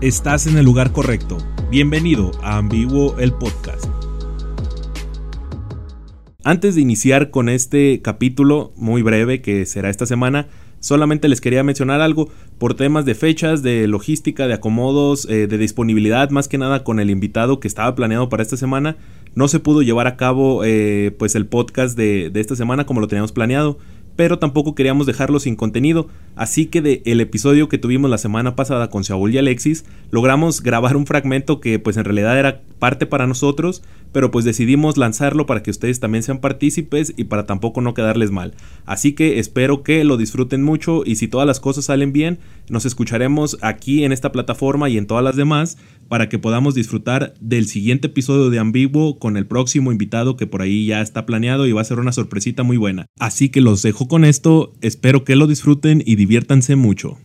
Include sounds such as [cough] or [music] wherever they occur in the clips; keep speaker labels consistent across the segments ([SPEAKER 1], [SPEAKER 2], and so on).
[SPEAKER 1] Estás en el lugar correcto. Bienvenido a Ambiguo el Podcast. Antes de iniciar con este capítulo muy breve que será esta semana, solamente les quería mencionar algo por temas de fechas, de logística, de acomodos, eh, de disponibilidad, más que nada con el invitado que estaba planeado para esta semana. No se pudo llevar a cabo eh, pues el podcast de, de esta semana como lo teníamos planeado pero tampoco queríamos dejarlo sin contenido, así que del el episodio que tuvimos la semana pasada con Saúl y Alexis, logramos grabar un fragmento que pues en realidad era parte para nosotros, pero pues decidimos lanzarlo para que ustedes también sean partícipes y para tampoco no quedarles mal. Así que espero que lo disfruten mucho y si todas las cosas salen bien, nos escucharemos aquí en esta plataforma y en todas las demás para que podamos disfrutar del siguiente episodio de Ambiguo con el próximo invitado que por ahí ya está planeado y va a ser una sorpresita muy buena. Así que los dejo con esto, espero que lo disfruten y diviértanse mucho.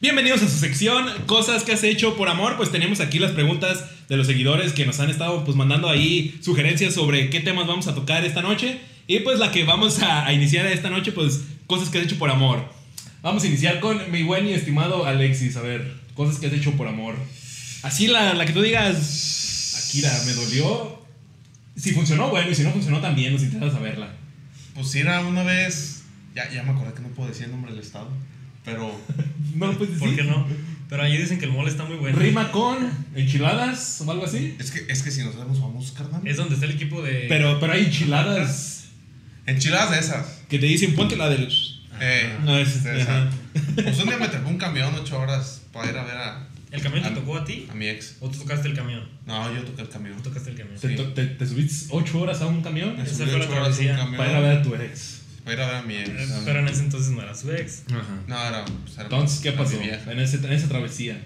[SPEAKER 2] Bienvenidos a su sección, cosas que has hecho por amor. Pues tenemos aquí las preguntas de los seguidores que nos han estado pues mandando ahí sugerencias sobre qué temas vamos a tocar esta noche. Y pues la que vamos a, a iniciar esta noche, pues cosas que has hecho por amor. Vamos a iniciar con mi buen y estimado Alexis. A ver, cosas que has hecho por amor. Así la, la que tú digas, Akira, me dolió. Si funcionó, bueno, y si no funcionó también, nos interesa saberla.
[SPEAKER 3] Pues era una vez. Ya, ya me acordé que no puedo decir el nombre del estado. Pero.
[SPEAKER 4] [laughs]
[SPEAKER 2] No lo puedes
[SPEAKER 4] ¿Por
[SPEAKER 2] decir.
[SPEAKER 4] qué no? Pero allí dicen que el mole está muy bueno.
[SPEAKER 2] Rima con enchiladas o algo así.
[SPEAKER 3] Es que, es que si nos vemos famosos, carnal.
[SPEAKER 4] Es donde está el equipo de.
[SPEAKER 2] Pero, pero hay enchiladas
[SPEAKER 3] Enchiladas de esas.
[SPEAKER 2] que te dicen ponte la del.
[SPEAKER 3] Eh,
[SPEAKER 2] No, es
[SPEAKER 3] de
[SPEAKER 2] ajá.
[SPEAKER 3] esas. Pues un día me trepó un camión ocho horas para ir a ver a,
[SPEAKER 4] ¿El camión te
[SPEAKER 3] Ah.
[SPEAKER 4] tocó a ti?
[SPEAKER 3] a mi ex.
[SPEAKER 4] ¿O tú tocaste el camión?
[SPEAKER 3] No, yo toqué el camión.
[SPEAKER 4] Tú tocaste el camión.
[SPEAKER 2] Te,
[SPEAKER 3] Sí.
[SPEAKER 2] te- te subís 8 horas a un camión
[SPEAKER 3] Me
[SPEAKER 4] Esa
[SPEAKER 3] subí
[SPEAKER 4] fue la
[SPEAKER 3] ocho horas en un
[SPEAKER 4] travesía.
[SPEAKER 3] camión
[SPEAKER 2] para ir a ver a tu ex.
[SPEAKER 3] para ir a ver a mi ex.
[SPEAKER 4] Eh, Pero en ese entonces no era su ex.
[SPEAKER 2] Ajá.
[SPEAKER 3] No, era. pues, era-
[SPEAKER 2] Entonces, ¿qué
[SPEAKER 3] era
[SPEAKER 2] pasó
[SPEAKER 3] mi vieja.
[SPEAKER 2] en, ese- en esa travesía?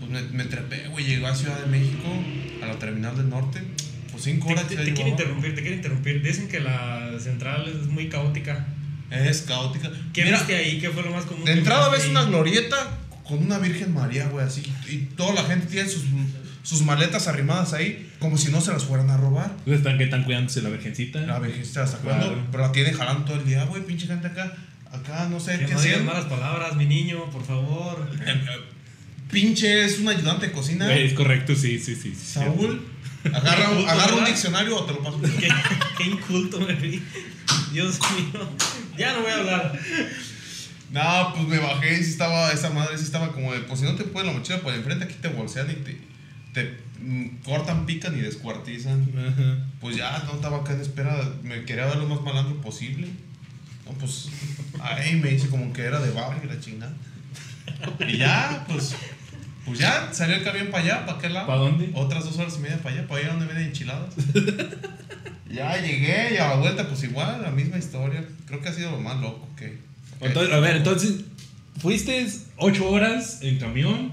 [SPEAKER 3] Pues me, me trepé, güey. Llegó a Ciudad de México, a la terminal del norte. Pues cinco
[SPEAKER 4] Te,
[SPEAKER 3] horas
[SPEAKER 4] te-
[SPEAKER 3] ya
[SPEAKER 4] te quiero
[SPEAKER 3] llevaba.
[SPEAKER 4] interrumpir, te quiero interrumpir. Dicen que la central es muy caótica.
[SPEAKER 3] Es caótica.
[SPEAKER 4] ¿Qué
[SPEAKER 3] Mira,
[SPEAKER 4] viste ahí? ¿Qué fue lo más común?
[SPEAKER 3] De
[SPEAKER 4] que
[SPEAKER 3] entrada
[SPEAKER 4] viste
[SPEAKER 3] ves
[SPEAKER 4] ahí?
[SPEAKER 3] una glorieta con una Virgen María, güey, así. Y toda la gente tiene sus, sus maletas arrimadas ahí, como si no se las fueran a robar.
[SPEAKER 2] Entonces, ¿están, ¿Qué están cuidándose la virgencita?
[SPEAKER 3] La Virgen se las está cuidando,
[SPEAKER 2] Claro.
[SPEAKER 3] pero la tienen jalando todo el día, güey, pinche gente acá. Acá, no sé
[SPEAKER 4] Que
[SPEAKER 3] qué
[SPEAKER 4] no digas
[SPEAKER 3] hacer.
[SPEAKER 4] malas palabras, mi niño, por favor.
[SPEAKER 3] [laughs] Pinche es un ayudante de cocina.
[SPEAKER 2] Güey, es correcto, sí, sí, sí. sí,
[SPEAKER 3] Saúl, agarra, [laughs] un-
[SPEAKER 4] Puto,
[SPEAKER 3] agarra un
[SPEAKER 4] ¿verdad?
[SPEAKER 3] diccionario o te lo paso.
[SPEAKER 4] Qué, qué inculto me vi. Dios mío. Ya no voy a hablar.
[SPEAKER 3] No, pues me bajé y sí estaba, esa madre sí estaba como de, pues si no te ponen la mochila por enfrente, aquí te bolsean y te, te mm, cortan, pican y descuartizan.
[SPEAKER 2] cierto. Ajá.
[SPEAKER 3] Pues ya, no estaba acá en espera, me quería ver lo más malandro posible. No, pues ahí me hice como que era de barrio y la chingada. Y ya, pues, pues ya, salió el camión para allá, para aquel lado.
[SPEAKER 2] ¿Para dónde?
[SPEAKER 3] Otras dos horas y media para allá, para allá donde venden enchiladas. ya llegué y a la vuelta, pues igual, la misma historia. Creo que ha sido lo más loco que. que-
[SPEAKER 2] Entonces, a ver, entonces, fuiste 8 horas en camión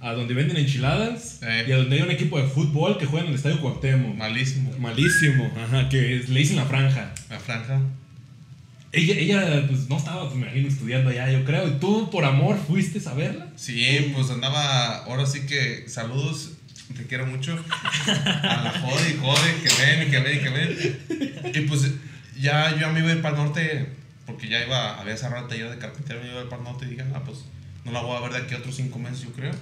[SPEAKER 2] a donde venden enchiladas
[SPEAKER 3] Eh.
[SPEAKER 2] y a donde hay un equipo de fútbol que juega en el estadio Cuauhtémoc.
[SPEAKER 3] Malísimo.
[SPEAKER 2] Malísimo, ajá, que es- le dicen la franja.
[SPEAKER 3] La franja.
[SPEAKER 2] Ella, ella pues no estaba, pues, me imagino, estudiando allá, yo creo. ¿Y tú, por amor, fuiste a verla?
[SPEAKER 3] Sí, pues andaba, ahora sí que saludos, te quiero mucho. A la jode y jode, que ven y que ven y que ven. Y pues ya yo ya me iba a ir para el norte, porque ya iba, había cerrado el taller de carpintero, me iba a ir para el norte y dije, ah, pues no la voy a ver de aquí a otros cinco meses, yo creo.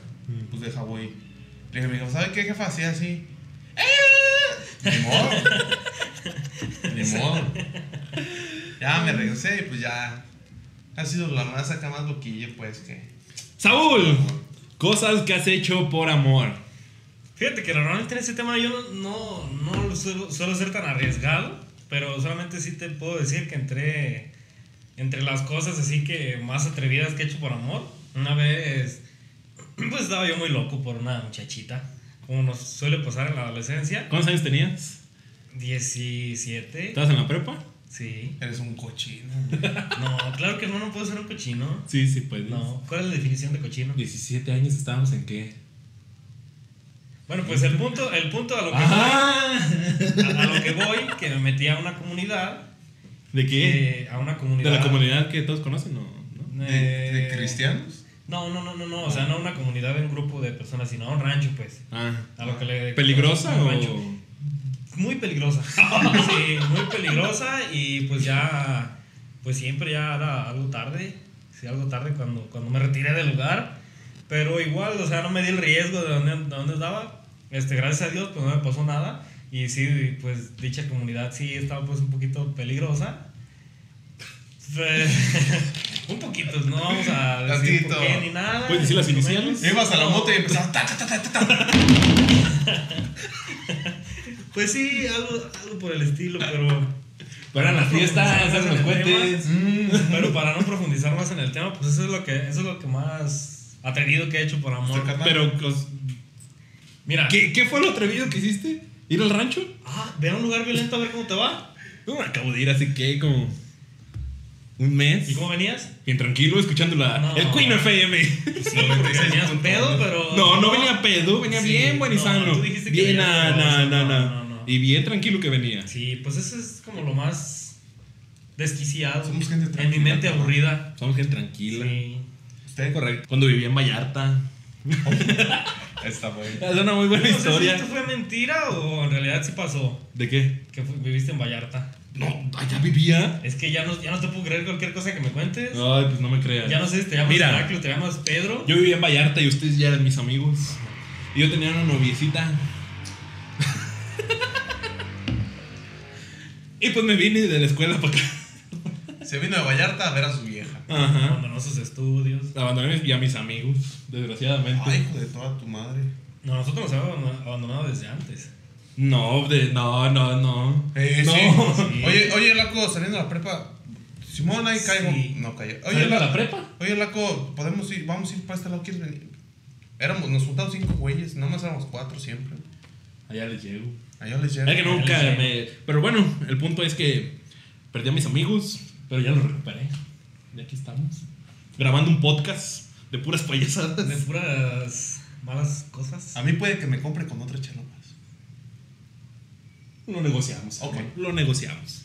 [SPEAKER 3] Pues deja, voy. Le dije, a mi hija, ¿sabe qué, jefa? Así, así. ¡Eh! Ni modo. Ni modo. Ya me regresé y pues ya. Ha sido la más acá más loquilla, pues que.
[SPEAKER 2] Saúl, cosas que has hecho por amor.
[SPEAKER 4] Fíjate que normalmente en ese tema yo no, no, no suelo, suelo ser tan arriesgado, pero solamente sí te puedo decir que entre, entre las cosas así que más atrevidas que he hecho por amor, una vez [clears throat] pues estaba yo muy loco por una muchachita, como nos suele pasar en la adolescencia,
[SPEAKER 2] ¿Cuántos años tenías?
[SPEAKER 4] 17,
[SPEAKER 2] ¿Estabas en la prepa?
[SPEAKER 4] sí,
[SPEAKER 3] Eres un cochino.
[SPEAKER 4] no, claro que no, no puedo ser un cochino,
[SPEAKER 2] Sí, sí, pues.
[SPEAKER 4] no, ¿cuál es la definición de cochino?
[SPEAKER 2] 17 años estábamos en qué?
[SPEAKER 4] Bueno, pues el punto, el punto a lo que
[SPEAKER 2] [laughs] Ajá.
[SPEAKER 4] voy, a, a lo que voy, que me metí a una comunidad
[SPEAKER 2] ¿De qué?
[SPEAKER 4] Eh, a una
[SPEAKER 2] ¿De
[SPEAKER 4] comunidad.
[SPEAKER 2] la comunidad que todos conocen? No, no.
[SPEAKER 3] ¿De,
[SPEAKER 4] eh,
[SPEAKER 3] de cristianos?
[SPEAKER 4] No, no, no, no, no. O sea, no una comunidad de un grupo de personas, sino a un rancho, pues.
[SPEAKER 2] Ah.
[SPEAKER 4] A lo que le.
[SPEAKER 2] ¿Peligrosa
[SPEAKER 4] un
[SPEAKER 2] o.?
[SPEAKER 4] rancho.
[SPEAKER 3] [laughs]
[SPEAKER 4] Muy peligrosa. sí, muy peligrosa y pues ya. Pues siempre ya era algo tarde. Sí, algo tarde cuando, cuando me retiré del lugar. Pero igual, o sea, no me di el riesgo de dónde, de dónde andaba. Este, gracias a Dios, pues no me pasó nada. Y sí, pues dicha comunidad sí estaba pues un poquito peligrosa. Pues, [laughs] un poquito, no vamos a decir por
[SPEAKER 3] Tantito.
[SPEAKER 4] qué ni nada.
[SPEAKER 2] ¿Puedes decir las
[SPEAKER 4] ni mucho
[SPEAKER 2] iniciales?
[SPEAKER 4] menos.
[SPEAKER 3] Ibas a la
[SPEAKER 4] No.
[SPEAKER 3] moto y empezabas. ta, ta, ta, ta, ta, ta.
[SPEAKER 4] Pues sí, algo, algo por el estilo, pero.
[SPEAKER 2] Para las fiestas,
[SPEAKER 4] profundizar
[SPEAKER 2] hacen los
[SPEAKER 4] más en el
[SPEAKER 2] puentes.
[SPEAKER 3] Mm.
[SPEAKER 4] tema, Pero para no profundizar más en el tema, pues eso es lo que, eso es lo que más atrevido que he hecho por amor.
[SPEAKER 3] Este carnal.
[SPEAKER 2] Pero, pues, cos-
[SPEAKER 4] Mira,
[SPEAKER 2] ¿qué, ¿qué fue lo atrevido que hiciste? ¿Ir al rancho?
[SPEAKER 4] ah, ve a un lugar violento a ver cómo te va.
[SPEAKER 2] No, acabo de ir hace que como un
[SPEAKER 4] ¿Y
[SPEAKER 2] mes.
[SPEAKER 4] cómo venías?
[SPEAKER 2] Bien tranquilo, escuchando la,
[SPEAKER 4] No.
[SPEAKER 2] el Queen FM.
[SPEAKER 4] Sí, porque venías pedo, pero.
[SPEAKER 2] No, no venía pedo, venía
[SPEAKER 4] Sí,
[SPEAKER 2] bien buen y
[SPEAKER 4] no,
[SPEAKER 2] sano.
[SPEAKER 4] tú dijiste que
[SPEAKER 2] Bien,
[SPEAKER 4] venía
[SPEAKER 2] na,
[SPEAKER 4] pedo,
[SPEAKER 2] na,
[SPEAKER 4] sí,
[SPEAKER 2] na,
[SPEAKER 4] no,
[SPEAKER 2] na.
[SPEAKER 4] no, no.
[SPEAKER 2] Y bien tranquilo que venía.
[SPEAKER 4] Sí, pues eso es como lo más desquiciado.
[SPEAKER 3] Somos gente
[SPEAKER 4] En mi
[SPEAKER 3] tranquila,
[SPEAKER 4] mente
[SPEAKER 3] cabrón.
[SPEAKER 4] aburrida.
[SPEAKER 2] Somos gente tranquila.
[SPEAKER 4] Sí.
[SPEAKER 3] Usted
[SPEAKER 2] Correcto. Cuando vivía en
[SPEAKER 4] [laughs]
[SPEAKER 2] Vallarta.
[SPEAKER 3] Está muy bien.
[SPEAKER 2] Es una muy buena
[SPEAKER 4] No sé si
[SPEAKER 2] historia.
[SPEAKER 4] esto fue mentira o en realidad sí pasó.
[SPEAKER 2] ¿De qué?
[SPEAKER 4] Que fu- viviste en Vallarta.
[SPEAKER 2] No, allá vivía.
[SPEAKER 4] Es que ya no, ya no te puedo creer cualquier cosa que me cuentes.
[SPEAKER 2] Ay, pues no me creas.
[SPEAKER 4] Ya no sé si te llamas
[SPEAKER 2] Mira.
[SPEAKER 4] Heraclio, te llamas Pedro.
[SPEAKER 2] Yo vivía en Vallarta y ustedes ya eran mis amigos. Y yo tenía una noviecita. [laughs] y pues me vine de la escuela para acá.
[SPEAKER 3] Se vino de Vallarta a ver a su vieja.
[SPEAKER 2] Ajá.
[SPEAKER 4] Abandonó sus estudios.
[SPEAKER 2] Abandoné mis- ya a mis amigos, desgraciadamente.
[SPEAKER 3] Ay, hijo de toda tu madre.
[SPEAKER 4] No, nosotros nos habíamos abandonado desde antes.
[SPEAKER 2] No, de, no, no, no.
[SPEAKER 3] Eh,
[SPEAKER 2] no. [laughs]
[SPEAKER 3] sí.
[SPEAKER 4] Sí.
[SPEAKER 3] Oye, oye, Laco, saliendo de la prepa. Simón, ahí
[SPEAKER 4] Sí.
[SPEAKER 3] caigo. No, cayó. Oye,
[SPEAKER 2] ¿Saliendo de la
[SPEAKER 3] la,
[SPEAKER 2] prepa?
[SPEAKER 3] oye, Laco, podemos ir, vamos a ir para este lado. ¿Quieres venir? Éramos, nos juntamos cinco güeyes, nada más éramos cuatro siempre.
[SPEAKER 2] Allá les llego.
[SPEAKER 3] Allá les llevo.
[SPEAKER 2] Es que nunca
[SPEAKER 4] les llego.
[SPEAKER 2] me. Pero bueno, el punto es que perdí a mis amigos, pero ya los recuperé. Y aquí estamos. Grabando un podcast de puras payasadas.
[SPEAKER 4] De puras malas cosas.
[SPEAKER 3] A mí puede que me compre con otra chela más.
[SPEAKER 2] Lo negociamos.
[SPEAKER 3] Ok.
[SPEAKER 2] Lo negociamos.